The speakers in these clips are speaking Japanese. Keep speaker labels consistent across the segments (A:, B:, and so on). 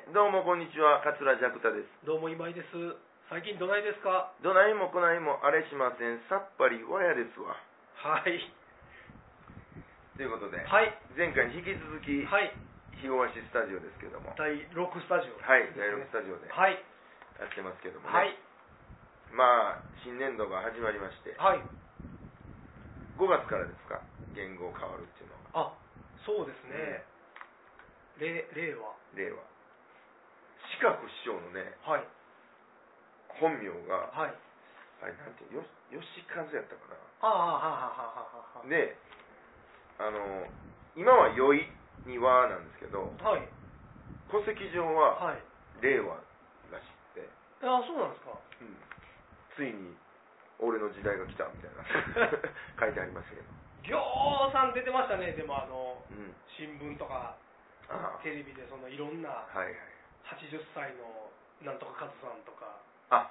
A: にちは桂ジャクタです
B: どうも今井です。最近どないですか
A: どないもこないもあれしませんさっぱりわやですわ
B: はい。
A: ということ
B: は
A: で、
B: い。
A: 前回に引き続き
B: はい。
A: 日ごわしスタジオですけどもは
B: 第
A: い
B: 6スタジオ。
A: 第6スタジオでや
B: はい。
A: ってますけども
B: は
A: ね、
B: い。
A: まあ新年度が始まりまして
B: はい。
A: 5月からですか言語変わるっていうのが
B: あ、そうですね。れ令和。
A: 令和四角師匠のね
B: はい。
A: 本名が
B: はい。
A: あれなんてよ吉和やったかな
B: ああ、はあ、はあ、はあ、はあ。
A: であの今は「よい」に「は」なんですけど
B: はい。
A: 戸籍上は
B: はい。
A: 令和らしくて、
B: ああ、そうなんですか。
A: ついに俺の時代が来たみたい な書いてありましたけど、
B: ぎょうさん出てましたね。でも、あの、
A: うん、
B: 新聞とか、
A: あ
B: テレビで、その、いろんな、
A: あはいはい
B: 80歳の、なんとかカズさんとか、
A: あ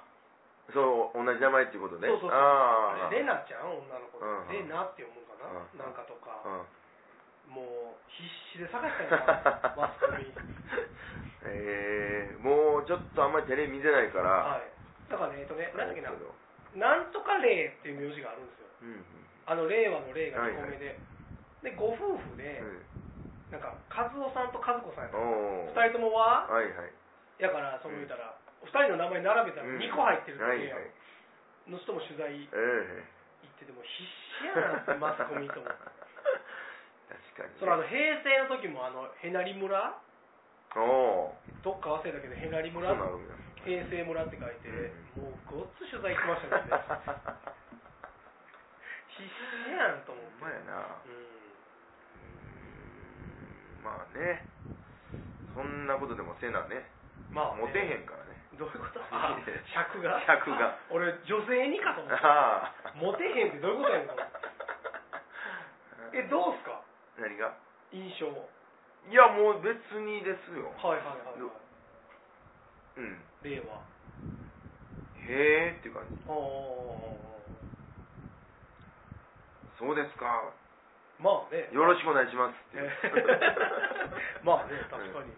A: そう同じ名前っていうことね
B: そうそうそう
A: あ
B: あ
A: あ
B: れ、レナちゃん女の子
A: うんうん。
B: レナって読むんかな
A: うん
B: なんかとか。
A: うん
B: もう必死で探したよ な、マスコミ。
A: えー、もうちょっとあんまりテレビ見てないから、
B: はい。だからね、えっとね、なんだっけな
A: あれ、ですど
B: なんとか霊っていう名字があるんですよ。
A: うんうん
B: あの、令和の霊が
A: はい
B: 2個目で。で、ご夫婦で、なんか、和夫さんと和子さんや
A: う
B: から
A: ん、おー
B: 二人ともは
A: はいはい
B: やから、そう言うたら、お二人の名前並べたら
A: うん
B: 2個入ってる
A: はい
B: って
A: はい
B: いうの人も取材行
A: ええ。
B: ってて、もう必死やなって、マスコミとも
A: 確かに、ね、
B: そのあの平成の時もあのへなり村
A: おお
B: どっか忘れたけどへなり
A: そう
B: 村
A: なのよ
B: 平成村って書いて、もうごっつ取材行きましたもんね必死やんと思っ
A: ほん
B: て
A: まやな
B: う
A: まあねそんなことでもせなね
B: んまあ、
A: モテへんからね
B: どういうことあ尺が
A: 尺が
B: 俺女性にかと思った
A: ああ
B: モテへんってどういうことやね んと思って えどうすか
A: 何が
B: 印象
A: いやもう別にですよ
B: はいはいはいは
A: うん
B: い令和
A: へえっていう感じ
B: あ
A: そうですか
B: あまあね
A: よろしくお願いしますって
B: え
A: いう、
B: ー まあね確かに
A: うん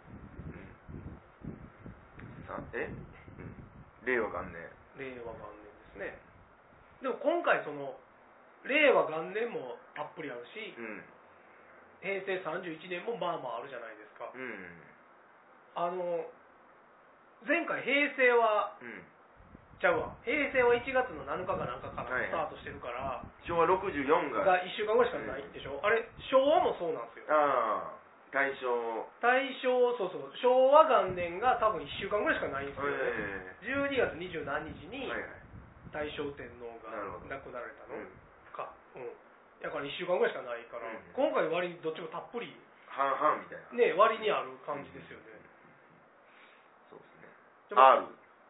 A: さえ、うん、令和元年
B: 令和元年ですねでも今回その令和元年もたっぷりあるし
A: うん
B: 平成31年もまあまああるじゃないですか
A: うん
B: あの前回平成は
A: うん
B: ちゃうわ平成は1月の7日かなんかから
A: はい
B: スタートしてるから、
A: 昭和64が
B: が1週間後しかないでしょ、あれ昭和もそうなんですよ
A: ああ大正
B: 大正そうそう昭和元年が多分1週間ぐらいしかないんですよ、ね
A: え
B: 12月27日
A: え
B: に
A: はいはい
B: 大正天皇が
A: なるほど
B: 亡くなられた
A: う
B: の
A: ん
B: かうんだから1週間ぐらいしかないから、
A: うん
B: 今回割にどっちもたっぷり
A: 半々みたいな
B: ね割にある感じですよね、
A: そうですね
B: でも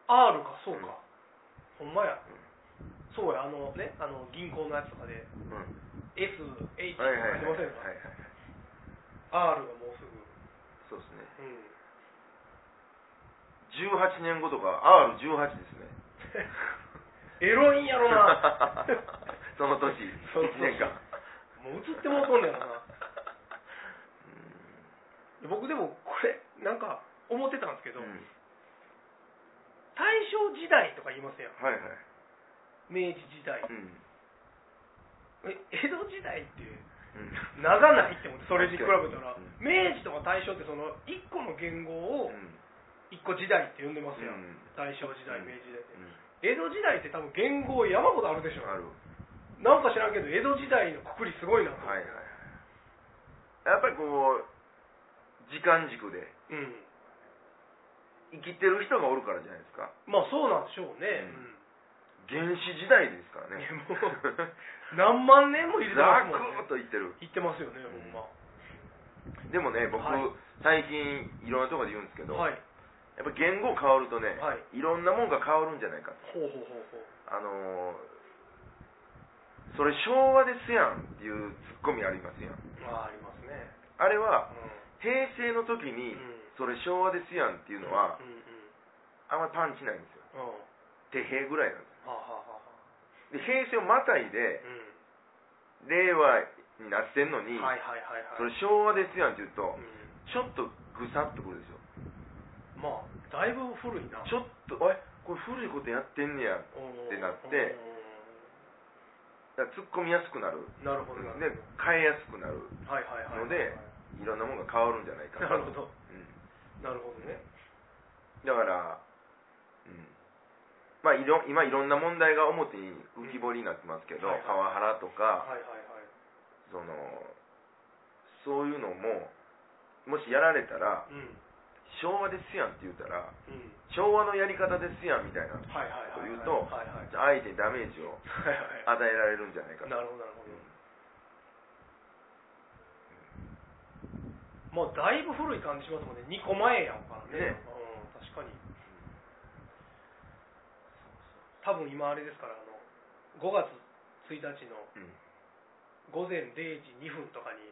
A: R
B: R かそうか、ほんまや、そうやあのねあの銀行のやつとかで
A: うん
B: SH とか入って
A: はいはいはいはい
B: ま
A: は
B: せ
A: い
B: んか R がもうすぐ、
A: そうですね
B: うん、
A: 18年後とか R18 で すね
B: エロいんやろな
A: その年
B: その
A: 1
B: 年
A: 年間
B: もう映ってもうとんねやろな僕でもこれなんか思ってたんですけ
A: う
B: ど、
A: ん
B: 大正時代とか言いますやん
A: はいはい
B: 明治時代
A: うん
B: え江戸時代って
A: うん
B: 長ないって思ってそれに比べたら
A: うん
B: 明治とか大正ってその一個の言語を
A: うん
B: 一個時代って呼んでますや、
A: うんん
B: 大正時代
A: うん
B: 明治時代って
A: うん
B: 江戸時代って多分言語山ほどあるでしょ
A: ある
B: なんか知らんけど江戸時代のくくりすごいなと思
A: はいは
B: っ
A: い
B: て、
A: やっぱりこう時間軸で
B: うん
A: 生きてる人がおるからじゃないですか
B: まあそうなんでしょうね、
A: うん
B: うん
A: 原始時代ですからね
B: いやも う何万年も入れてま
A: ザ
B: すもん
A: クッ
B: ね
A: と言ってる
B: 言ってますよねほんま、
A: でもね僕、
B: はい
A: 最近いろんなとこで言うんですけど、
B: はい
A: やっぱ言語変わるとね、
B: はい
A: い、ろんなもんが変わるんじゃないか
B: ほうほうほうほう
A: あのーそれ昭和ですやんっていうツッコミありますやん
B: まあありますね
A: あれは平成の時
B: うん
A: に
B: うん
A: それ昭和ですやんっていうのは
B: うんうん
A: あんまりパンチないんですよ
B: うんは
A: 手平ぐらいなんで
B: あはあはあはあ
A: すで平成をまたいで
B: う
A: 令和になってんのに、
B: んはいはいはいはい
A: それ昭和ですやんって言うと
B: うん
A: ちょっとぐさっとくるでしょ
B: まあ確だいぶ古いな
A: ちょっとあれこれ古いことやってんねや
B: って
A: なってだから突っ込みやすくなる
B: なるほどな
A: で
B: るほど
A: 変えやすくなる
B: はいはいはい
A: のでいろんなものが変わるんじゃないか
B: なるほど
A: うん、
B: なるほどね
A: だから、うんまあ、いろ今いろんな問題が表に浮き彫りになってますけど、
B: うんはいはい
A: パワハラと
B: は
A: か、
B: いはい
A: そのそういうのももしやられたら
B: はいうん
A: 昭和ですやんって言ったら
B: うん
A: 昭和のやり方ですやんみたいな
B: はいはいはいはい
A: というと
B: はいはい
A: 相手にダメージを
B: はいはい
A: 与えられるんじゃないかと
B: なるほどなるほどもうだいぶ古い感じしますもんね2個前やんからね
A: ね
B: うん、確かに多分今あれですからあの5月1日の
A: うん
B: 午前0時2分とかに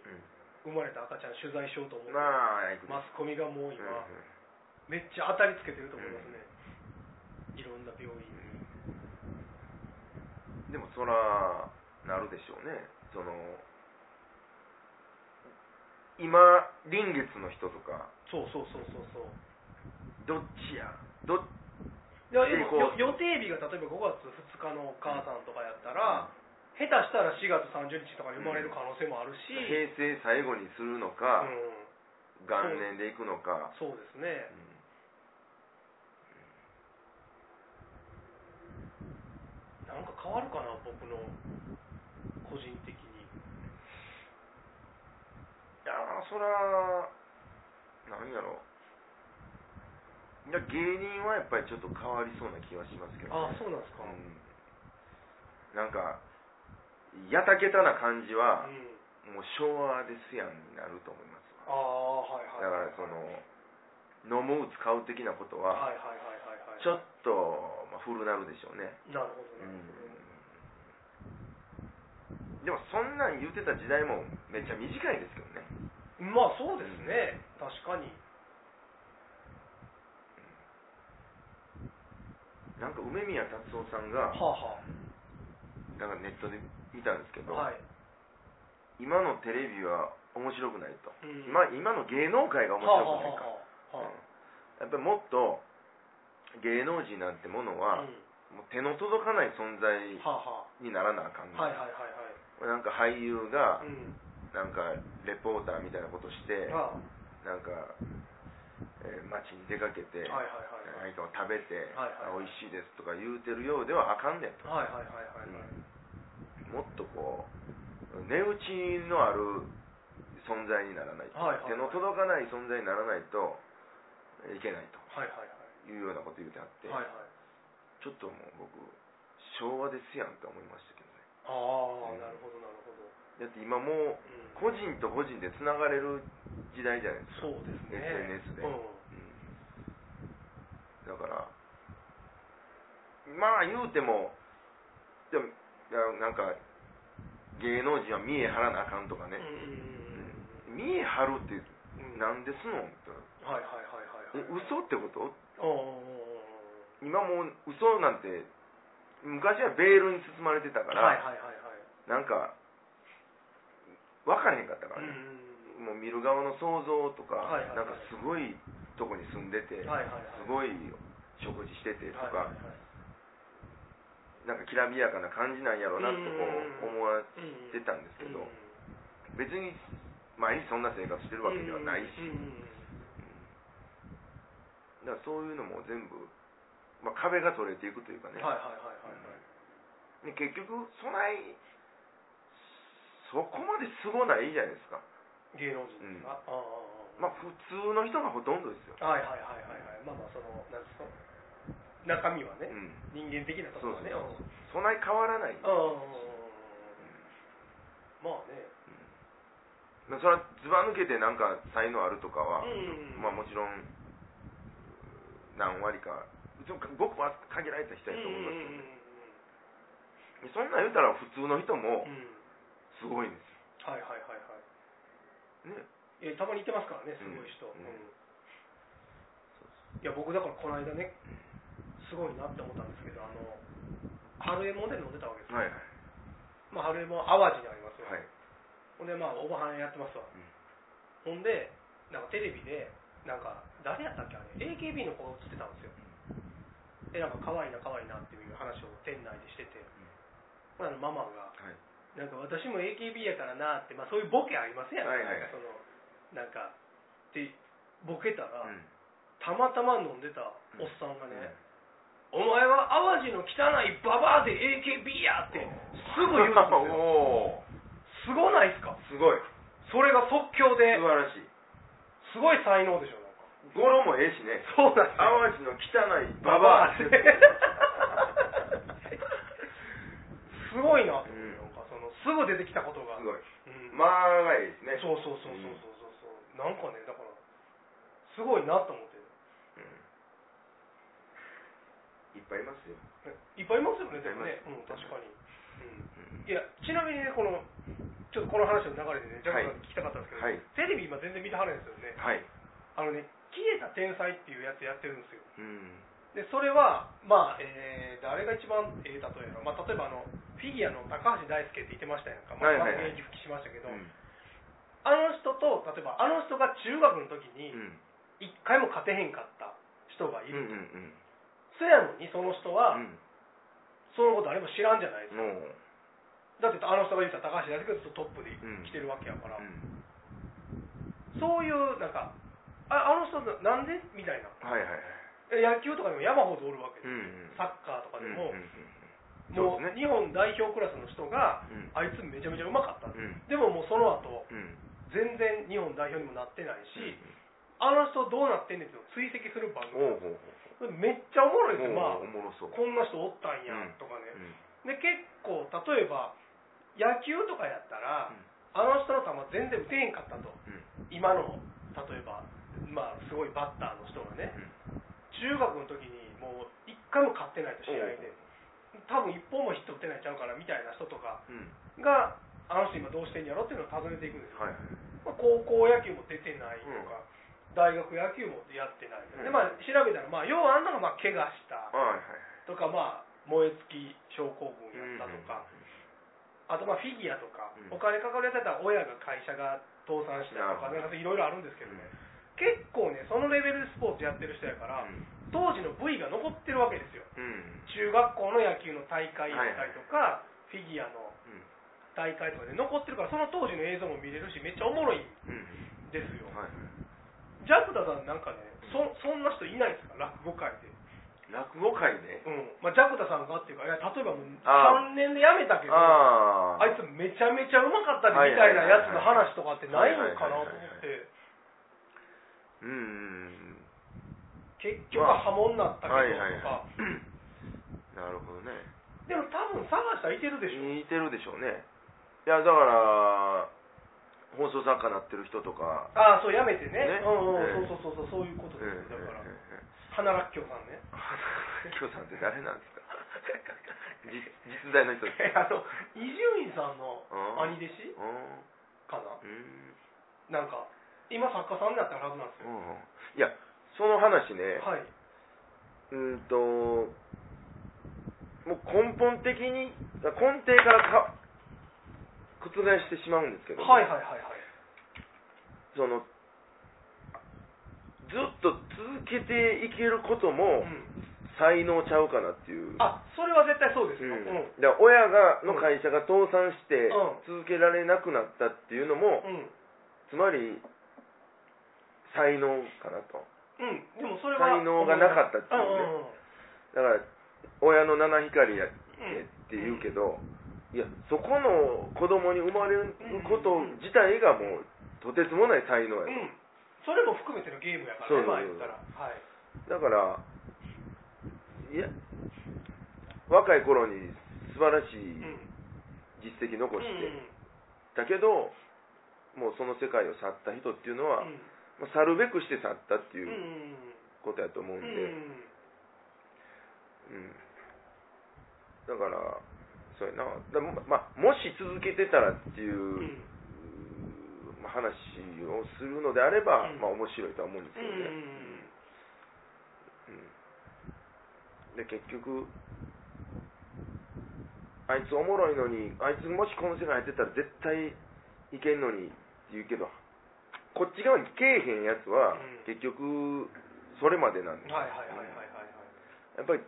B: 生まれた赤ちゃん取材しようと思って、
A: うんまあいく
B: マスコミがもう
A: うん
B: 今、
A: うん
B: めっちゃ当たりつけてると思いますね、いろんな病院に
A: でもそらなるでしょうねその今臨月の人とか
B: そうそうそうそうそう
A: どっちやどっ
B: いやで
A: でこう
B: もよ予定日が例えば5月2日のお母さんとかやったら、下手したら4月30日とかに生まれる可能性もあるし、
A: 平成最後にするの
B: う
A: か、
B: ん、
A: 元年でいくのか、
B: そうですねなんか変わるかな僕の個人的に
A: いやーそらなんやろいや芸人はやっぱりちょっと変わりそうな気はしますけど、
B: あ
A: ね、
B: そうなんですか、うん
A: うんなんかやたけたな感じは、もう昭和ですやんになると思います
B: ああはいは
A: だか
B: い
A: らその飲む使う的なこと
B: はい
A: は
B: はいはいはいはい
A: ちょっと、まあ、古なるでしょうね
B: なるほどなる
A: でもそんなん言ってた時代もめっちゃ短いですけどね
B: ほど、まあそうですね、確かに
A: なんか梅宮達夫さんが
B: は
A: なんかネットで見たんですけ
B: あはあ
A: ど、
B: はい、
A: 今のテレビは面白くないと、
B: うん
A: 今今の芸能界が
B: は
A: 面
B: あはあは
A: 白くないか、うんやっぱりもっと芸能人なんてもの
B: あはあ、
A: は
B: うん、、
A: もう手の届かない存在
B: はあは
A: にならなあかん
B: あはいはいは
A: なんか俳優が
B: いはいうん
A: なんかレポーターみたいなことして
B: はあ
A: なんか、えー街に出かけて、
B: はいはいはいはいはいはいはいはい
A: 何かを食べて、
B: はいはいはい
A: あ美味しいですとか言うてるようではあかんねんと、
B: はいはい
A: もっとこう値打ちのある存在にならないと、
B: はいはいはい
A: 手の届かない存在にならないといけな
B: は
A: い
B: いはいはい
A: というようなこと言うてあって、
B: はいはい
A: ちょっともう僕昭和ですやんって思いましたけ
B: ああなるほどなるほど、
A: どねだって今もう
B: うん、
A: 個人と個人でつながれる時代じゃないですか
B: そうですねう
A: SNS で
B: ん、
A: うんだからまあ言うてもでもななんか芸能人は見え張らなあかんとかね、見え張るって
B: うんうんうんうんうん
A: なんですのって
B: はいはいはいはいはい
A: え嘘ってこと
B: おお
A: 今もう嘘なんて昔はベールに包まれてたから、
B: はいはいはいはい
A: なんか分からへんかったか
B: う
A: ら
B: ん
A: ね、もう見る側の想像とか、
B: はいはいはい
A: なんかすごいとこに住んでて、
B: うんうんはいはいはい
A: すごい食事しててと
B: は
A: か、
B: いはいはい
A: なんかきらびやかな感じなんやろうなとこう思わ
B: うん
A: れてたんですけ
B: う
A: ど、
B: ん
A: 別に毎日そんな生活してるわけではないし、
B: うんうんうん
A: だからそういうのも全部、まあ、壁が取れていくという
B: う
A: か
B: ん
A: ね、
B: はいはいはいはいはい
A: で結局そないそこまですごないじゃないですか
B: 芸能人ですか、あ
A: まあ普通の人がほとんどですよ、
B: あはいはいはいはいはいまあまあそのなんですか中身は
A: う
B: ね、
A: ん、
B: 人間的なところはね
A: そう
B: うん
A: そない変わらない、
B: ああまあね
A: まあそれはずば抜けてなんか才能あるとかは、
B: うん
A: まあもちろん何割かうちもごくは限られた人やと思いますけどね、そんなん言うたら普通の人も
B: うんうんうんうんうん
A: すごいんで
B: はいはいはいはい
A: すよね
B: えたまにいてますからねすごい人、
A: うんうん
B: いや僕だからこの間ねすごいなって思ったんですけどあの春エモで飲んでたわけですよ、
A: はいはい
B: まあ、春エモは淡路にありますよ、
A: はい
B: ほんでまあおばはんやってますわ、
A: ん
B: ほんでなんかテレビでなんか誰やったっけあれ AKB の子が映ってたんですよでなんか可愛いな可愛いなっていう話を店内でしててほらあのママが
A: はい
B: なんか私も AKB やからなって、まあ、そういうボケありませんやん、
A: はいはいはい
B: そのなんかでボケたら、
A: うん
B: たまたま飲んでたおっさんが
A: う
B: ね、
A: ん
B: お前は淡路の汚いババアで AKB やってすぐ言うんですよ
A: おお
B: すごないですか
A: すごい
B: それが即興
A: 素
B: で
A: 晴らしい
B: すごい才能でしょなんか
A: 語呂もええしね
B: そうなんですよ
A: 淡路の汚いババアって
B: すごいなと思って、
A: うん
B: なんかそのすぐ出てきたことが、
A: すごい
B: うん
A: まあがいいですね
B: そうそうそうそうそうそうそう、なんかねだからすごいなと思って
A: いっぱいいますよ
B: いっぱいいますよねでも
A: いっ
B: ねうん
A: ぱ
B: 確かに、
A: うん
B: うん、いやちなみにねこのちょっとこの話の流れでねジャ
A: は
B: ッ
A: い
B: クさんに聞きたかったんですけど、
A: はい
B: テレビ今全然見てはるんですよね
A: はい
B: あのね「消えた天才」っていうやつやってるんですよ
A: う
B: で
A: ん
B: それはまあえー、誰が一番ええ例えば、まあ、例えばあのフィギュアの高橋大輔って言ってましたやんか、まあ
A: はいはいはい
B: 現役復帰しましたけど、
A: うん
B: あの人と例えばあの人が中学の時
A: う
B: に
A: ん
B: 一回も勝てへんかった人がい
A: うん
B: る、
A: うん
B: そやのにその人は、
A: うん
B: そのこと誰も知らんじゃないです
A: もう
B: か、だってあの人が言ったら高橋大輔ずっとトップで
A: うん
B: 来てるわけやから、
A: うん
B: そういうなんかああの人なんでみたいな
A: はいはい
B: え
A: はい
B: 野球とかでも山ほどおるわけで
A: うん
B: す、サッカーとか
A: うん
B: でも、
A: うんうん
B: もう
A: そうですね
B: 日本代表クラスの人が
A: うん
B: あいつめちゃめちゃうまかったんです、で
A: うん
B: ももうその後
A: うん
B: 全然日本代表にもなってないし、
A: うん
B: あの人どうなってんねんっていうのを追跡する番組
A: おうほう
B: これめっちゃおもろいです
A: ほう
B: よ、まあ
A: おうおうおもろそう
B: こんな人おったんやとかね、
A: う
B: で
A: ん
B: 結構例えば野球とかやったら、
A: うん
B: あの人の球全然打てへんかったと
A: うん
B: 今の例えばまあすごいバッターの人がね、中学の時にもう一回も勝ってないと試合で多分一本もヒット打てないちゃうからみたいな人とか
A: うん
B: があの人今どうしてんやろっていうのを尋ねていくんですよ、
A: はいはい
B: まあ高校野球も出てないとか、大学野球もやってない、
A: うん
B: でまあ調べたらまあ要はあんなのがまあ怪我した
A: はいはい
B: とかまあ燃え尽き症候群やったとか、あとまあフィギュアとか、
A: うん
B: お金かかるやつだったら親が会社が倒産したりとか、
A: な
B: なん
A: るほど
B: かいろいろあるんですけ
A: う
B: ど
A: ん
B: ね、結構ね、そのレベルでスポーツやってる人やから、当時の部位が残ってるわけですよ、
A: うん
B: 中学校の野球の大会やったりとか、フィギュアの大会とかで残ってるから、その当時の映像も見れるし、めっちゃおもろいん
A: うんうん
B: ですよ、
A: はいはい
B: ジャクダさんなんかね、そそんな人いないですか、落語界で、
A: 落語界ね
B: うんまあ、ジャクダさんがっていうか、いや例えばもう
A: あー
B: 3年で辞めたけど、
A: あ
B: あいつめちゃめちゃうまかったでみたいなやつの話とかってないのかなと思って
A: うんうん
B: 結局は波紋になったけ
A: うん
B: ど
A: はい
B: と
A: はいはい
B: か
A: なるほどね
B: でも多分探したらいてるでしょ
A: 似てるでしょうねいやだから放送作家なってる人とか
B: ああそうやめてね
A: ね
B: うんうん
A: ええ
B: そうそうそうそうそういうこ
A: う
B: と
A: ん
B: で
A: うんうん
B: すよだから
A: うん
B: 花らっきょうさん ね
A: 今日さんって誰なんですか 実実在の人です
B: あの伊集院さんの
A: うん
B: 兄弟子
A: う
B: かなん
A: うん
B: なんか今作家さんになったはずなんですよ
A: うんいやその話ね、
B: はいう
A: ーんともう根本的に根底からか覆してしまうんですけど、
B: はいはいはいはい
A: そのずっと続けていけることも
B: うん
A: 才能ちゃうかなっていう、
B: あそれは絶対そうです
A: うん
B: ようんうん
A: だから親がの会社が倒産し
B: う
A: て続けられなくなったっていうのも、つまり才能かなと
B: うんでもそれは
A: 才能がなかったってい
B: んんん
A: うねだから親の七光
B: うん
A: やって言うけど、いやそこの子供に生まれること自体がもうとてつもない才能
B: う
A: や
B: ん、それも含めてのゲームやからね、
A: そうそうそう
B: まあ言ったら。はい。
A: だからいや若い頃に素晴らし
B: う
A: い
B: ん。
A: 実績残して、
B: うん
A: だけどもうその世界を去った人っていうのは、まあ去るべくして去ったって
B: うん。う。
A: いうんことやと思うん
B: う
A: で、
B: ん。
A: うんだからそうやなだままあ、もし続けてたらっていうう、
B: ん。
A: まあ話をするのであれば、
B: うん
A: まあ面白いとは思うんです
B: う
A: けどね、
B: ん。
A: で結局あいつおもろいのにあいつもしこの世界入ってたら絶対いけんのにって言うけどこっち側にけえへんやつは
B: うん
A: 結局それまでなんです、
B: はいはいはいはいはいはい
A: やっぱり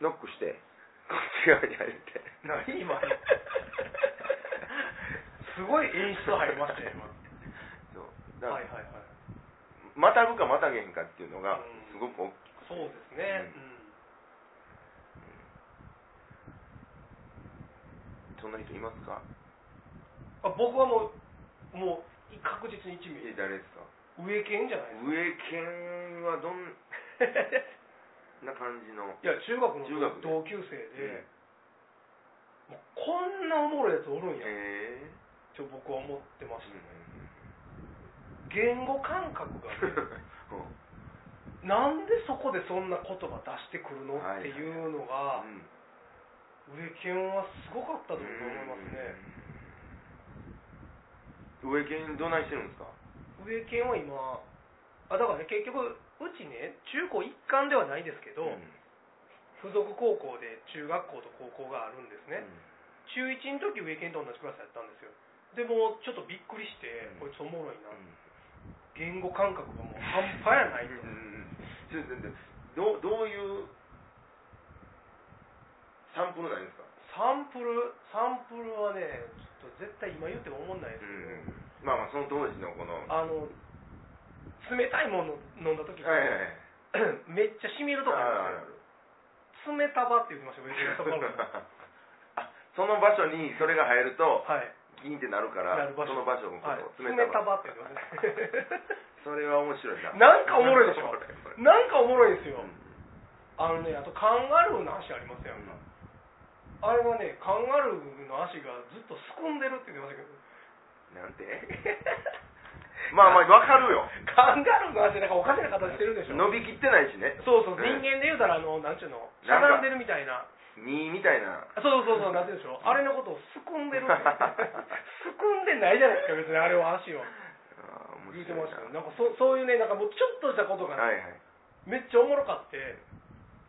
A: ノックしてこっち側に入れて
B: 何今 のすごい演出入りましたよ
A: そう
B: 今
A: だ
B: は
A: か
B: い
A: ら
B: はいはい
A: またぐかまたげへんかっていうのが
B: うん
A: すごく大き
B: そうですね、
A: う
B: うん
A: いそんな人いますか
B: あ僕はもうもうい確実に1名
A: え誰ですか
B: 上犬じゃないですか
A: 上犬はどんな感じの、
B: いや中学の
A: 中学で
B: 同級生
A: うん
B: で、もうこんなおもろいやつおるんや
A: えー
B: ちょ僕は思ってましたね
A: う
B: 言語感覚がね、
A: ん
B: なんでそこでそんな言葉出してくるの
A: はい
B: っていうのが、上犬はすごかったと僕は思いますね、
A: うん上犬どないしてるんですか
B: 上犬は今あだからね結局うちね中高一貫ではないですけど、
A: ん
B: 付属高校で中学校と高校があるんですね、中1の時上研と同じクラスやったんですよでもうちょっとびっくりして、
A: う
B: こいつおもろいな、
A: うん
B: 言語感覚がもう半端やないと、
A: うんうんうんちょっとどうどういうサンプルなんですか、
B: サンプルサンプルはねちょっと絶対今言っても思んないですけど、
A: まあまあその当時のこの
B: あの冷たいもの飲んだ時、
A: はいはいはい
B: めっちゃしみるとかあるんですよ冷たばって言ってました上研のところ
A: あその場所にそれが入る と
B: はい
A: ギンってなるから
B: なる場所
A: その場所のこと
B: はい、
A: を
B: 冷たばって言ってま した
A: それは面白いな
B: ねなんかおもろいでし ょ
A: これこれ
B: なんかおもろいんですよ、
A: う
B: あのね、あとカンガルーの足ありますやん
A: ん
B: か、あれがね、カンガルーの足がずっとすくんでるって言ってましたけど、
A: なんてまあまあわかるよ
B: カンガルーの足なんかおかしな形してるでしょ、
A: 伸びきってないしね
B: そうそう、
A: うん
B: 人間で言うたら、あの、なんちゅうの、し
A: な
B: ゃ
A: んか
B: がんでるみたいな、
A: 2みたいな
B: そうそうそう、なんて言うんでしょう、あれのことをすくんでるって、すくんでないじゃないですか、別にあれを足を、
A: あー
B: 言って
A: 面
B: ま
A: 白
B: し
A: い
B: たけど、
A: な
B: なんかそそういうね、なんかもうちょっとしたことが
A: は
B: ね、
A: いはい
B: めっちゃおもろかって、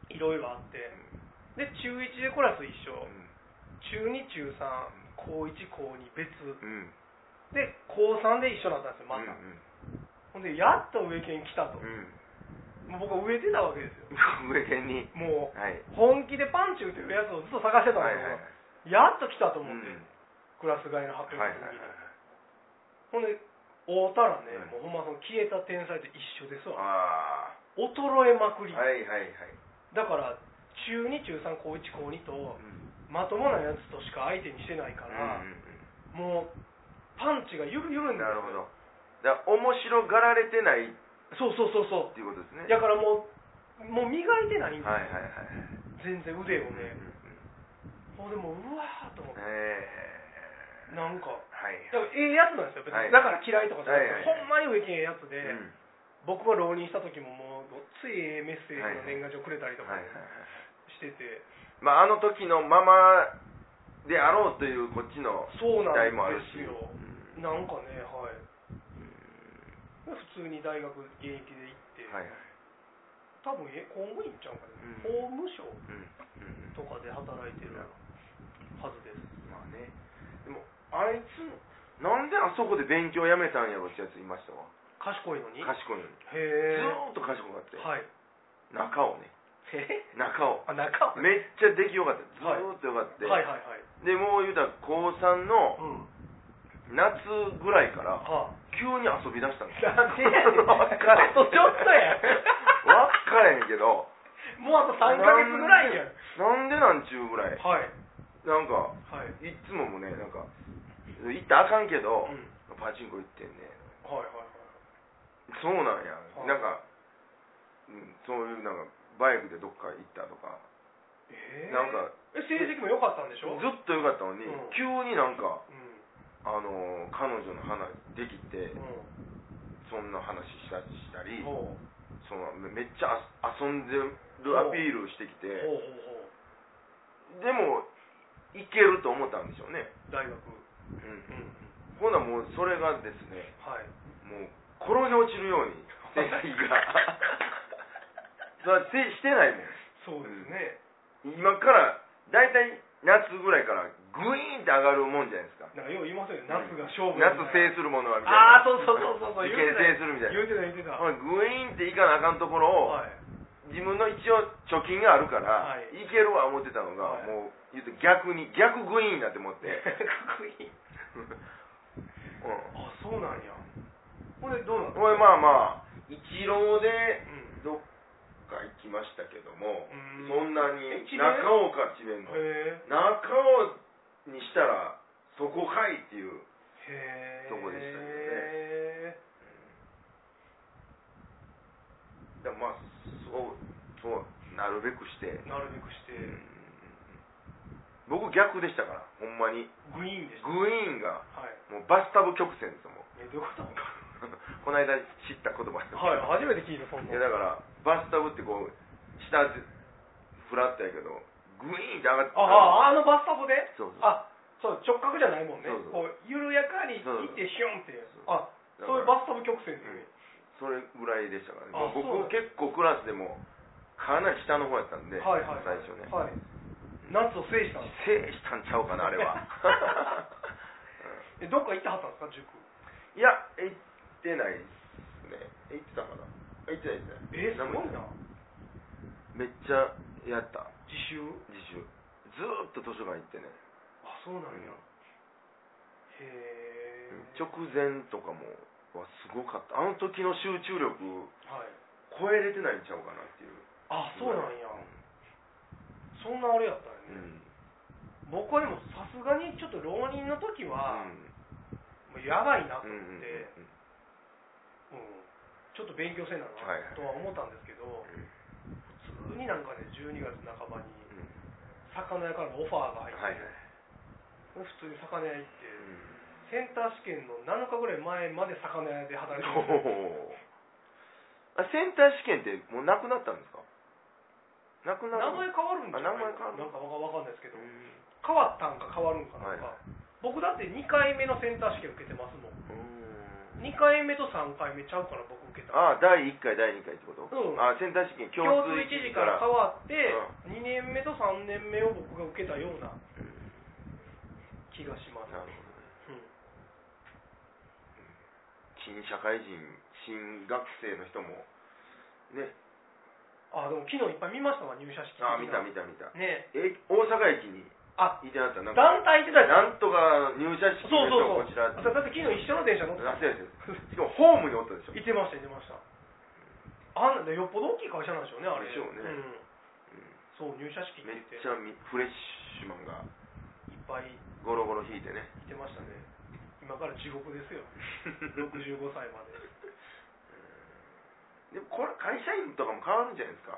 B: いろいろあって、で、中1でクラス一緒、中2、中3、高1、高2、別。
A: うんうん
B: で高3で一緒だったんですよまた、
A: うん
B: ほんでやっと植え犬来たと、
A: う
B: もう僕は植えてたわけですよ
A: ん上辺に
B: もう
A: はい
B: 本気でパンチ打てるやつをずっと探してたん
A: は
B: です
A: いはいはい
B: けど、やっと来たと
A: う
B: 思って、
A: ん
B: クラス外の発表
A: はいはい
B: の時
A: はい
B: に、ほんで会うたらね、
A: う
B: もうほんまその消えた天才と一緒ですわ
A: あ
B: 衰えまく
A: ー
B: り、
A: はいはいはい
B: だから中2中3高1高2と
A: うん
B: まともなやつとしか相手にしてないから、
A: うんうん
B: もうパンチがゆるゆる
A: うんん
B: で
A: なる
B: す
A: ほ
B: よ
A: どだから面白がられてないっ
B: そうそうそうそう
A: ていうことですね
B: だからもうもう磨いてないんですよ、
A: はいはいはいはい
B: 全然腕をね
A: うんうん
B: もうでもうわーと思っ
A: うん
B: て
A: えー
B: なんか
A: はい
B: だからええやつなんですよ別に、
A: はい
B: だから嫌いとかじゃなくて、
A: はいはい
B: ほんまに植木ええやつで、
A: うん
B: 僕が浪人した時ももうごっついええメッセージの年賀状くれたりと
A: は
B: か
A: いはいはい
B: してて、
A: まあ、あの時のままであろうというこっちの
B: そう
A: 期
B: なん
A: 待もある
B: です
A: し
B: よ
A: うん
B: なんかねはいで普通に大学現役で行って、
A: はいはい
B: 多分え公務員ちゃうかね、
A: う
B: 法務省
A: うんうん
B: とかで働いてるはずです
A: まあねでもあいつなんであそこで勉強やめたんやろってやついましたわ
B: 賢いのにへ
A: 賢いのにず
B: え
A: ーっと賢かったよ
B: はい
A: 中尾ね
B: え
A: 中尾
B: あ中尾
A: めっちゃ出来よかったずーっとよかった、
B: はいはいはい
A: でもう言うたら高3
B: うん
A: の夏ぐらいから
B: はあ
A: 急に遊び出したんです
B: なんでや ねん
A: わか
B: あ
A: れへん
B: とちょっとや
A: わっかれへんけど
B: もうあと3ヶ月ぐらいやん
A: なんでなんちゅうぐらい
B: はい
A: なんか
B: はい
A: いっつももねなんか行ったらあかんけ
B: うん
A: ど
B: はい、
A: パチンコ行ってんね
B: はいはい
A: そうなんや、
B: あ
A: なんか、うん、そういうなんかバイクでどっか行ったとか、
B: えー
A: なんか
B: え成績も良かったんでし
A: ず
B: ょ
A: っと良かったのに、
B: うん
A: 急になんか
B: うん
A: あのー彼女の話できて
B: う
A: そんな話したしたり
B: んほう
A: そのめめっちゃあ遊んでるアピールしてきて
B: ほうほうほ
A: でも行けると思ったんでしょうね、
B: う大学
A: うん
B: うん
A: ほなもうそれがですね
B: はい
A: もう転げ落ち るように成績が それはせしてないもん
B: そうですね
A: 今から大体夏ぐらいからグイーンって上がるもんじゃないですか
B: なんかよう言いますよね、夏が勝負みたい
A: 夏
B: な
A: 制するものはみたい
B: ああ、
A: な
B: そうそうそうそうそう、
A: い
B: 言
A: け
B: うてた
A: 制するみたいな
B: 言うてた、言うてた。
A: ほらグイーンっていかなあかんところを、
B: はい
A: 自分の一応貯金があるから、
B: はい
A: い、けるわ思ってたのが、
B: はい
A: もう言うと逆に逆グイーンだって思って、
B: かっこいい。
A: う、
B: あ、そうなんや。ほんで、どうなんの
A: これまあまあ一郎で
B: うん
A: どっか行きましたけども、
B: うん
A: そんなに
B: 一連
A: 中尾か智弁の
B: へえ。
A: 中尾にしたらそこかいっていう
B: へえ。
A: とこでした
B: へ
A: けどねでもまあそうそうなるべくして、
B: え。なるべくして、
A: 僕逆でしたからほんまに
B: グイーンでした。
A: グイーンが
B: はい。
A: もうバスタブ曲線ですもん
B: え、どういうこと
A: この間知った言葉です
B: はい、初めて聞いた、そん
A: い
B: な。
A: やだからバスタブってこう下でフラッとやけどグイーンって上がって
B: ああ、あのバスタブで
A: そうそう
B: あ、そう、直角じゃないもんね。
A: そうそ
B: こ
A: う
B: う、緩やかに
A: そうそう
B: 行って、ヒュンっていう。あ、
A: だ
B: そういう
A: から
B: バスタブ曲線っていう。
A: それぐらいでしたからね
B: あ
A: 僕
B: そうなんだ
A: 結構クラスでもかなり下の方やったんで、
B: はいはい。
A: 最初ね、
B: はい。夏を制したんです
A: 制したんちゃうかなあれ は
B: えどっか行ってはったんですか塾
A: いや行ってないですね行ってたかな行ってない
B: え
A: で
B: す
A: すね
B: ごいな
A: めっちゃやった
B: 自習
A: 自習ずーっと図書館行ってね、
B: あそうなんや、
A: うん
B: へえ、
A: 直前とかもはすごかったあの時の集中力
B: はい
A: 超えれてないんちゃうかなっていう
B: あそうなんや、そんなあれやった
A: うん
B: やね、
A: ん
B: 僕はでもさすがにちょっと浪人の時は、もうやばいなと
A: うん
B: 思っ
A: うんうんうん
B: て、うんちょっと勉強せなあか
A: はい
B: んとは思ったんですけど、普通になんかね12月半ばに魚屋からのオファーが
A: は
B: 入
A: い
B: って、
A: はい
B: 普通に魚屋行って、セ
A: う
B: ンター試験の7日ぐらい前まで魚屋で働いて
A: ん
B: ました
A: おーあセンター試験ってもうなくなったんですかなくな
B: 名
A: った
B: 前変わるんじゃない
A: あ名前変わる
B: なんかわかんないですけど、
A: うん
B: 変わったんか変わるんかなんか、
A: は
B: 僕だって2回目のセンター試験受けてますもん
A: うん
B: 2回目と3回目ちゃうから僕受けた
A: ああ第1回第2回ってこと、
B: うん
A: あセンター試験
B: 共通
A: 共通
B: 1
A: 1
B: 時
A: 時
B: か
A: からら
B: 変わって、
A: う
B: 2年目と3年目を僕が受けたような気がします、
A: なるほど
B: うん
A: ね新社会人新学生の人もね
B: あでも昨日いっぱい見ましたわ入社式
A: ああ見た見た見た
B: ね
A: え大阪駅に
B: あ
A: いてなったなんか
B: 団体ってだよ
A: なんとか入社式
B: そうそうそう
A: こちらって
B: だだって昨日一緒の電車乗ってた
A: あそうですしかもホームにおったでしょ
B: 行ってました行ってましたあんなよっぽど大きい会社なんでしょうねあれ
A: でしょうね
B: んそう入社式って
A: め
B: 言
A: っ
B: って
A: ちゃみフレッシュマンが
B: いっぱい
A: ゴロゴロ引いてね
B: 行ってましたね今から地獄です よ65歳まで
A: でもこれ会社員とかも変わるんじゃないですか、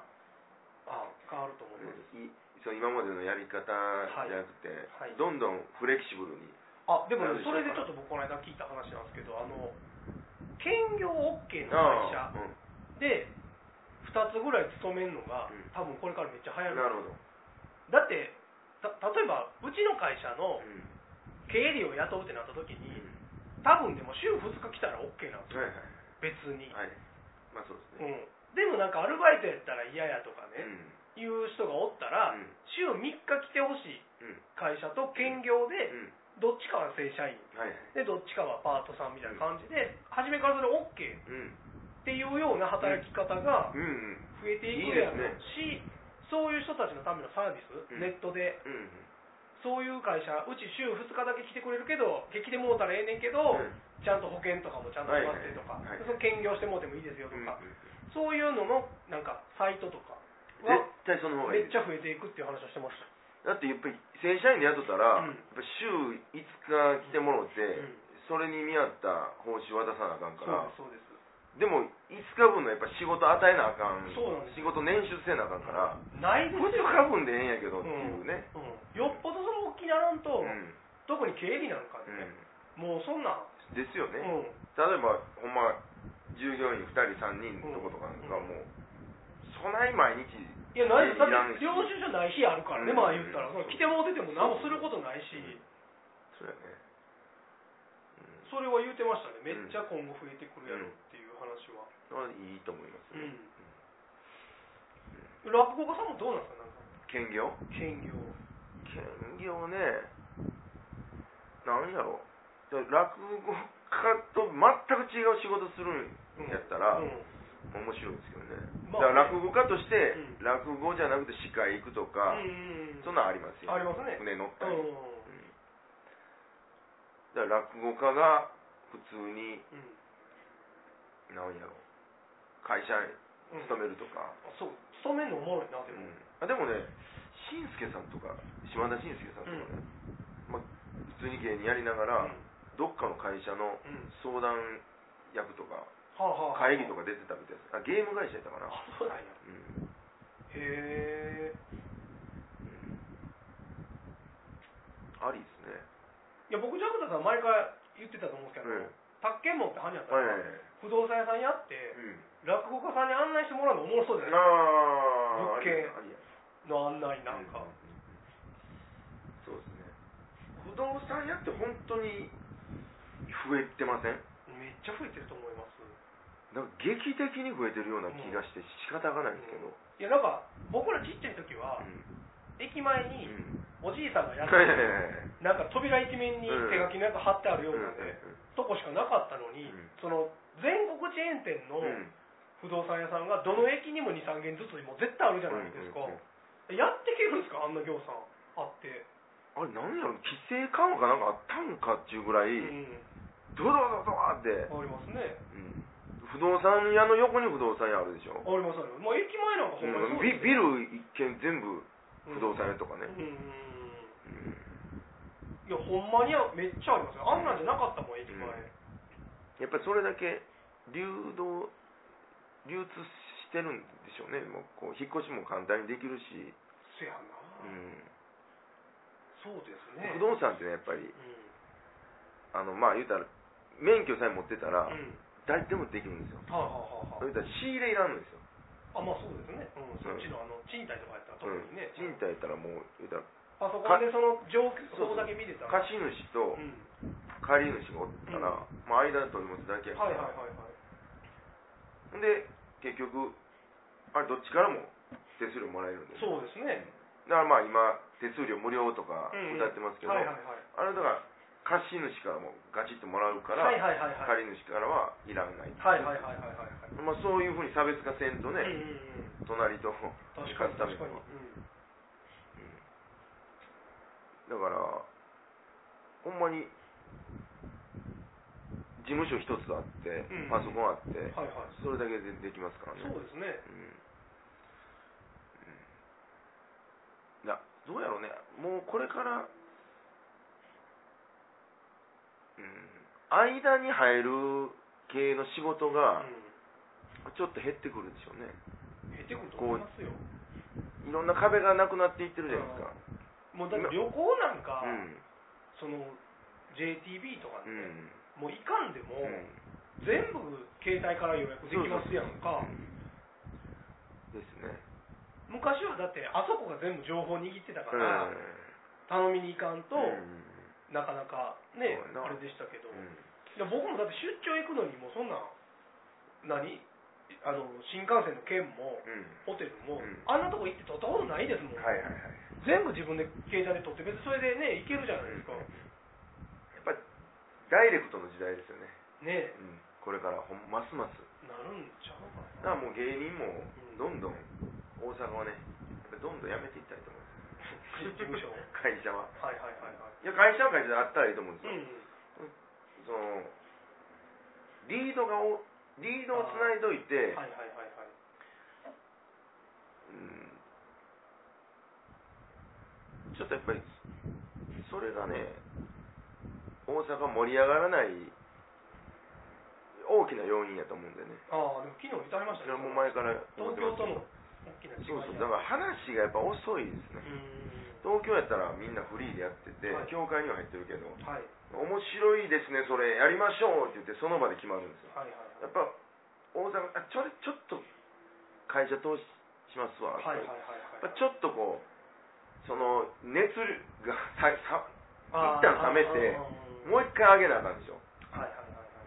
B: あ変わると思います、
A: いその今までのやり方じゃなくて、
B: はいはい
A: どんどんフレキシブルに
B: あでも
A: なん
B: ね
A: でし
B: そ
A: ょうか
B: れでちょっと僕この間聞いた話なんですけどあの兼業 OK の会社
A: ああうん
B: で2つぐらい勤めるのが
A: うん
B: 多分これからめっちゃ流行
A: な
B: る
A: るほど、
B: だってた例えばうちの会社の
A: うん
B: 経理を雇うってなった時に多分でも週2日来たら OK なんですよ
A: はいはい
B: 別に、
A: はいまあそうで
B: う
A: すね、
B: ん、でもなんかアルバイトやったら嫌やとか
A: う
B: ね、
A: ん
B: いう人がおったら、
A: うん
B: 週3日来てほしい
A: うん
B: 会社と兼業で、
A: うん
B: どっちかは正社員
A: はいはい
B: でどっちかはパートさんみたいな感じで、初めからそれ OK っ
A: うん
B: ていうような働き方が
A: うんうん
B: 増えていくやろうし、そういう人たちのためのサービス、
A: うん
B: ネットで
A: うん
B: そういう会社うち週2日だけ来てくれるけど来てもうたらええねんけど、
A: うん
B: ちゃんと保険とかもちゃんとしますねとか、
A: はいはいはい
B: その兼業してもうてもいいですよと
A: うん
B: か、そういうののなんかサイトとか
A: 絶
B: は
A: 対その方がい
B: め
A: い
B: っちゃ増えていくっていう話をしてました、
A: だってやっぱり正社員で雇ったら、
B: うん
A: やっぱ週5日来てもろって、
B: うん
A: それに見合った報酬渡さなあかんから
B: そうです
A: でも5日分のやっぱ仕事与えなあかん
B: そうなんです
A: 仕事年収せなあかんから
B: そうですないで
A: 2
B: す
A: 日
B: よ、
A: 分でええんやけどっていうね
B: うん、よっぽどその大きならんと、
A: うん、
B: 特に経理なんか
A: うん
B: ね、もうそんなん、
A: ですよね、
B: うん、
A: 例えばほんま従業員2人3人のとことかなんか
B: うん
A: もうそない毎日
B: いやないですだっ
A: いらん
B: て領収書ない日あるからね、
A: うん
B: まあ言ったら
A: うん
B: その来てもうてても何もすることないし
A: うんそうやね
B: それは言うてましたねめっちゃ今後増えてくるやろっていう話は
A: だからいいと思います、
B: う
A: ね
B: ん、ラップ語家さんもどうなんですかなんか
A: 兼業
B: 兼業
A: 兼業ねなんやろじゃあ落語家と全く違う仕事するん
B: うん
A: やったら、
B: うん
A: 面白いですけどね、
B: まあね
A: だから落語家として、
B: うん
A: 落語じゃなくて司会行くとか、
B: うん
A: そんなんありますよ
B: ありますね
A: 船乗った
B: うん
A: り、うんだから落語家が普通になんやろ会社
B: うん
A: に勤めるとか、
B: そう勤めるのおもろいなで
A: う
B: も
A: んあでもね紳助さんとか島田紳助さんとかね、まあ、普通に芸人やりなが
B: うん
A: ら、どっかの会社
B: う
A: の
B: ん
A: 相談役とか
B: はあはあ
A: 会議とか出てたみたいですあゲーム会社やったかな、
B: あそうなんや
A: うん
B: へえ
A: ありですね
B: いや僕ジャクタさん前から言ってたと思うんですけど、
A: うん
B: 宅建門って班やった
A: はい
B: ら、
A: はいはい
B: 不動産屋さんやって、落語家さんに案内してもらうのおもろそうじゃ
A: うん
B: ない
A: あー
B: 物件
A: ありや
B: の案内なんか、
A: うんそうですね不動産屋って本当に増えてません
B: めっちゃ増えてると思います
A: なんか劇的に増えてるような気がして仕方がないんですけど、
B: いやなんか僕らちっちゃい時は、
A: う
B: 駅前に
A: ん
B: おじいさんがや
A: は
B: って
A: いは
B: る、
A: いはい
B: なんか扉一面に手書きなんか貼ってあるようなね、とこしかなかったのに、
A: うん
B: その全国チェーン店の
A: うん
B: 不動産屋さんがどの駅にも23軒ずつもう絶対あるじゃないですか、
A: うんうんうん
B: やってけるんですかあんな業さんあって、
A: あれなんやろ規制緩和かなんかあったんかっていうぐらい、
B: うん
A: ドドドドー
B: あ
A: って、
B: りますね
A: うん不動産屋の横に不動産屋あるでしょ、
B: ありますありますもう駅前なんかほんま
A: うん、
B: にそう
A: ビ
B: です
A: ビル一軒全部不動産屋とか
B: う
A: ね、
B: んうんいや
A: うん
B: ほんまにあめっちゃありますよあんなんじゃなかったもん駅前、
A: うんやっぱりそれだけ流動流通してるんでしょうねもうこう引っ越しも簡単にできるし、
B: せやな、
A: うん
B: そうですね
A: 不動産ってねやっぱり
B: う
A: あのまあ言うたら免許さえ持ってた
B: ん、
A: ら
B: うん、
A: 誰でもできるんですよ
B: はあ、はあはあ
A: 言うたら仕入れいらんのですよ、
B: あまあそうですね、うん、そっちのあの賃貸とかやったら特
A: うん
B: にね、
A: 賃貸やったらもう言うたら
B: パソコンでその状況だけ見てたら
A: 貸主と
B: うん
A: 借り主がおったら、
B: う
A: まあ、間取り持つだけやか
B: はいはいは
A: ら、
B: いはい
A: で結局あれどっちからも手数料もらえるんです
B: そうですね
A: だからまあ今手数料無料とか
B: うんうん
A: 歌ってますけど、
B: はいはいはい
A: あれだから貸主からもガチッともらうから、
B: はいはいはいはい
A: 借り主からはいらない、
B: はいはいはいはいはいはい
A: まあ、そういうふうに差別化せんと
B: うん
A: ね、
B: うんうん
A: 隣と
B: 確かに確かに、
A: うん
B: うん
A: だからほんまに事務所一つあって、
B: うん
A: パソコンあって、
B: はいはい
A: それだけでできますからね
B: そうですね
A: うんうんいやどうやろうねもうこれからうん間に入る系の仕事が
B: う
A: ちょっと減ってくるでしょうね
B: ん減ってくると思いますよ
A: いろんな壁がなくなっていってるじゃないですか
B: もうだって旅行なんか、
A: うん
B: その JTB とかね、
A: うん
B: もういかんでも、
A: うん
B: 全部携帯から予約できますやんか
A: ですね
B: 昔はだってあそこが全部情報握ってたか
A: うん
B: ら、頼みに行かんと、
A: うん
B: なかなかね
A: そうやな
B: あれでしたけど、
A: うん
B: いや僕もだって出張行くのにもうそんなん何あの新幹線の券も
A: うん
B: ホテルも、
A: うん
B: あんなとこ行って取ったことないですもん、
A: はいはいはい
B: 全部自分で携帯で取って別にそれでね行けるじゃないですか、
A: うんやっぱりダイレクトの時代ですよね
B: ねえ
A: うんこれからほんますます
B: なるんちゃうか
A: だ
B: な
A: からもう芸人もどんどん大阪はねやっぱりどんどんやめていきたいと思うん
B: 事
A: です
B: 務所
A: 会社は
B: はいはいはいはい
A: いや会社は会社であったらいいと思うんです
B: う
A: よ、
B: ん
A: そのリードがおリードをつないどいて、
B: はいはいはいはい
A: うんちょっとやっぱりそれがね大阪盛り上がらない大きな要因やと思うんでね
B: ああでも昨日言ってはりまし
A: そ
B: た
A: れ
B: ね
A: はもう前から思っ
B: 東
A: て
B: 京との大きな違い
A: ますそうそうだ
B: や
A: から話がやっぱ遅いですね
B: うー
A: 東京やったらみんなフリーでやってて、
B: はい
A: 教会には入ってるけど
B: んはい
A: 面白いですねそれやりましょうって言ってその場で決まるんですよ
B: はいはい
A: やっぱ大阪あちょれちょっと会社通ししますわ、
B: はいはいはいはい
A: やっ
B: はい
A: ぱちょっとこうその熱がささ
B: あー
A: 一旦冷めて
B: あーあー
A: もう一回上げなあかんでしょ、
B: はいはいはいは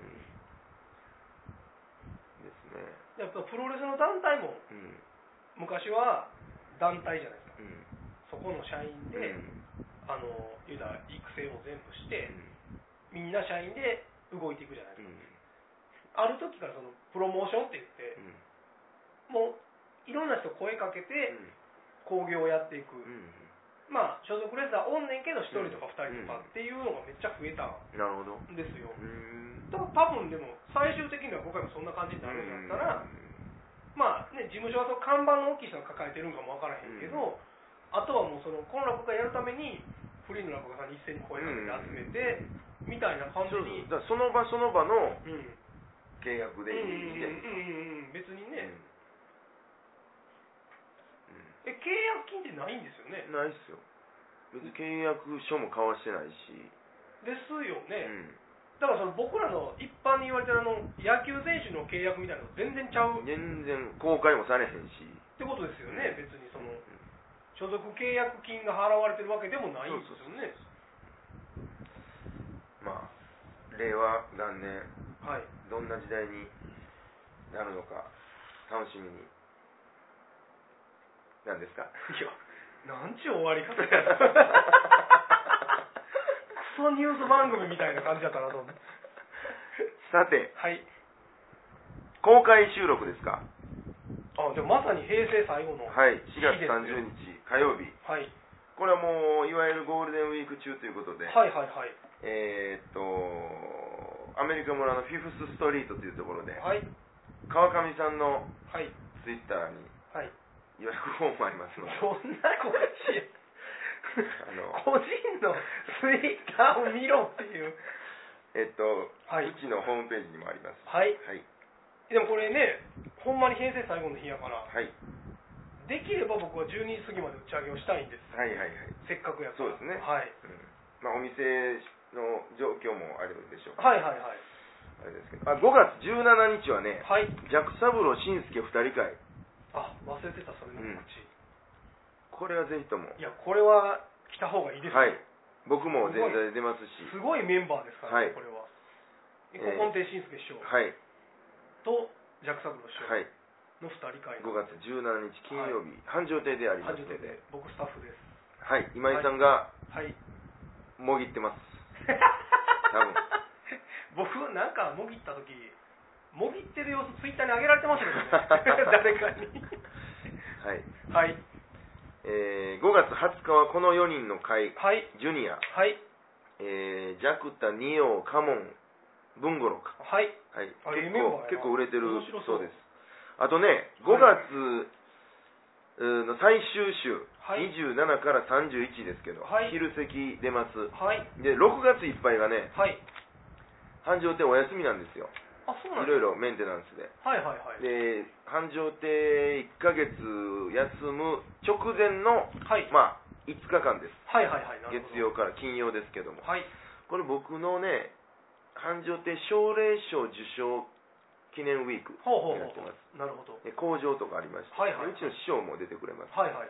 B: い
A: で
B: や
A: すね
B: っぱプロレスの団体も
A: うん
B: 昔は団体じゃないですかそ
A: うん
B: この社員で
A: うん
B: あの言うたら育成も全部し
A: う
B: て
A: ん
B: みんな社員で動いていくじゃないです
A: うん
B: か、ある時からそのプロモーションって言って
A: うん
B: もういろんな人声かけて興行をやっていく、
A: うん
B: まあ所属レスラーおんねんけど1人とか2人とかっていうのがめっちゃ増えたん
A: なるほど
B: ですよ、
A: うーん
B: 多分でも最終的には今回もそんな感じになるんだったら、まあね、事務所はその看板の大きい人が抱えてるんかもわからへんけど、あとはもうそのこの落語家やるためにフリーの落語家さんに一斉に声かけて集めて、みたいな感
A: そう
B: じ
A: そう
B: に
A: だからその場その場の
B: うんうん
A: 契約でいいし
B: う
A: て
B: んうんうん別に
A: うん
B: ね、え契約金ってないんですよね
A: うんないっすよ別に契約書も交わしてないし
B: ですよ
A: う
B: ね、
A: ん
B: だからその僕らの一般に言われてるあの野球選手の契約みたいなの全然ちゃうっ
A: 全然公開もされへんし
B: てことですよね別にその
A: うん
B: 所属契約金が払われてるわけでもないんですよね
A: まあ令和元年
B: はい
A: どんな時代になるのか楽しみになんですか
B: いや、なんちゅう終わり方や。クソニュース番組みたいな感じだったなと思 って。
A: さて
B: はい。
A: 公開収録ですか
B: あ、じゃあまさに平成最後の。
A: はい4
B: いい
A: 月
B: ですよ
A: 30日火曜日
B: はい。
A: これはもういわゆるゴールデンウィーク中ということで、
B: はいはいはい。
A: えーっとアメリカ村のフィフスストリートというところで
B: はい。
A: 川上さんの
B: はい。
A: ツイッターに
B: はい。
A: 予約フォームあります
B: そ
A: の
B: ん
A: で
B: な個 人、
A: あの
B: 個人のツイッターを見ろっていう。
A: えっと、。
B: はいう
A: ちのホームページにもあります
B: はい。
A: はい
B: でもこれね、ほんまに平成最後の日やから、
A: はい
B: できれば僕は12時過ぎまで打ち上げをしたいんです。
A: はいはいはい、
B: せっかくやから。
A: そうですね
B: はい。
A: うんまあ、お店の状況もあるんでしょうか
B: はいはいはい。
A: あれですけどあ5月17日はね
B: はい。
A: ジャック三郎新助2人会
B: あ、忘れてた、それの告知。
A: これはぜひとも
B: いや、これは来た方がいいです、
A: はい僕も全体で出ますし
B: すごいメンバーですからね、
A: はい
B: これは。
A: えー
B: 古今亭新助師匠
A: はい
B: とジャック・サブロー師
A: はい
B: 匠の二人会
A: 5
B: の
A: 月17日金曜日、繁盛亭であります
B: 初
A: の
B: め
A: で
B: て、僕スタッフです。
A: はい、今井さんが
B: はい。
A: もぎってます、
B: 僕、なんか、もぎった時もぎってる様子、ツイッターに上げられてましたけどね、 誰かに。
A: はい
B: はい。
A: えー5月20日はこの4人の会
B: はい。
A: ジュニア、
B: はい。
A: えージャクタニオカモン文五郎か、
B: はい。
A: はい、
B: あ
A: 結
B: ええメンバーや
A: 構
B: な
A: 結構売れてる
B: 面白
A: そ
B: そうう
A: ですあとね5月、うーの最終週、
B: はい
A: 27から31ですけど、
B: はい
A: 昼席出ます
B: はい。
A: で6月いっぱいがね
B: はい。
A: 繁盛亭お休みなんですよ
B: あ、そうなん
A: い
B: で
A: ろ
B: す
A: いろメンテナンスで
B: はいはいはい。
A: で繁盛亭1ヶ月休む直前の、
B: はい。
A: まあ、5日間です
B: はいはいはい。なるほど
A: 月。曜から金曜ですけども
B: はい。
A: これ僕のね繁盛亭奨励賞受賞記念ウィーク
B: ほうほう
A: になって
B: ほ
A: ます
B: う。なるほど。
A: で工場とかありまして、
B: はいはいはいう
A: ちの師匠も出てくれます、
B: はいはい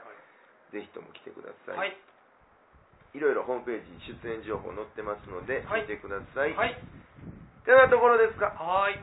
A: ぜひとも来てくだ
B: はい。
A: さ、
B: はいい。
A: いろいろホームページに出演情報載ってますので、
B: はい
A: 見てください、
B: はい。
A: てなところですか
B: はーい。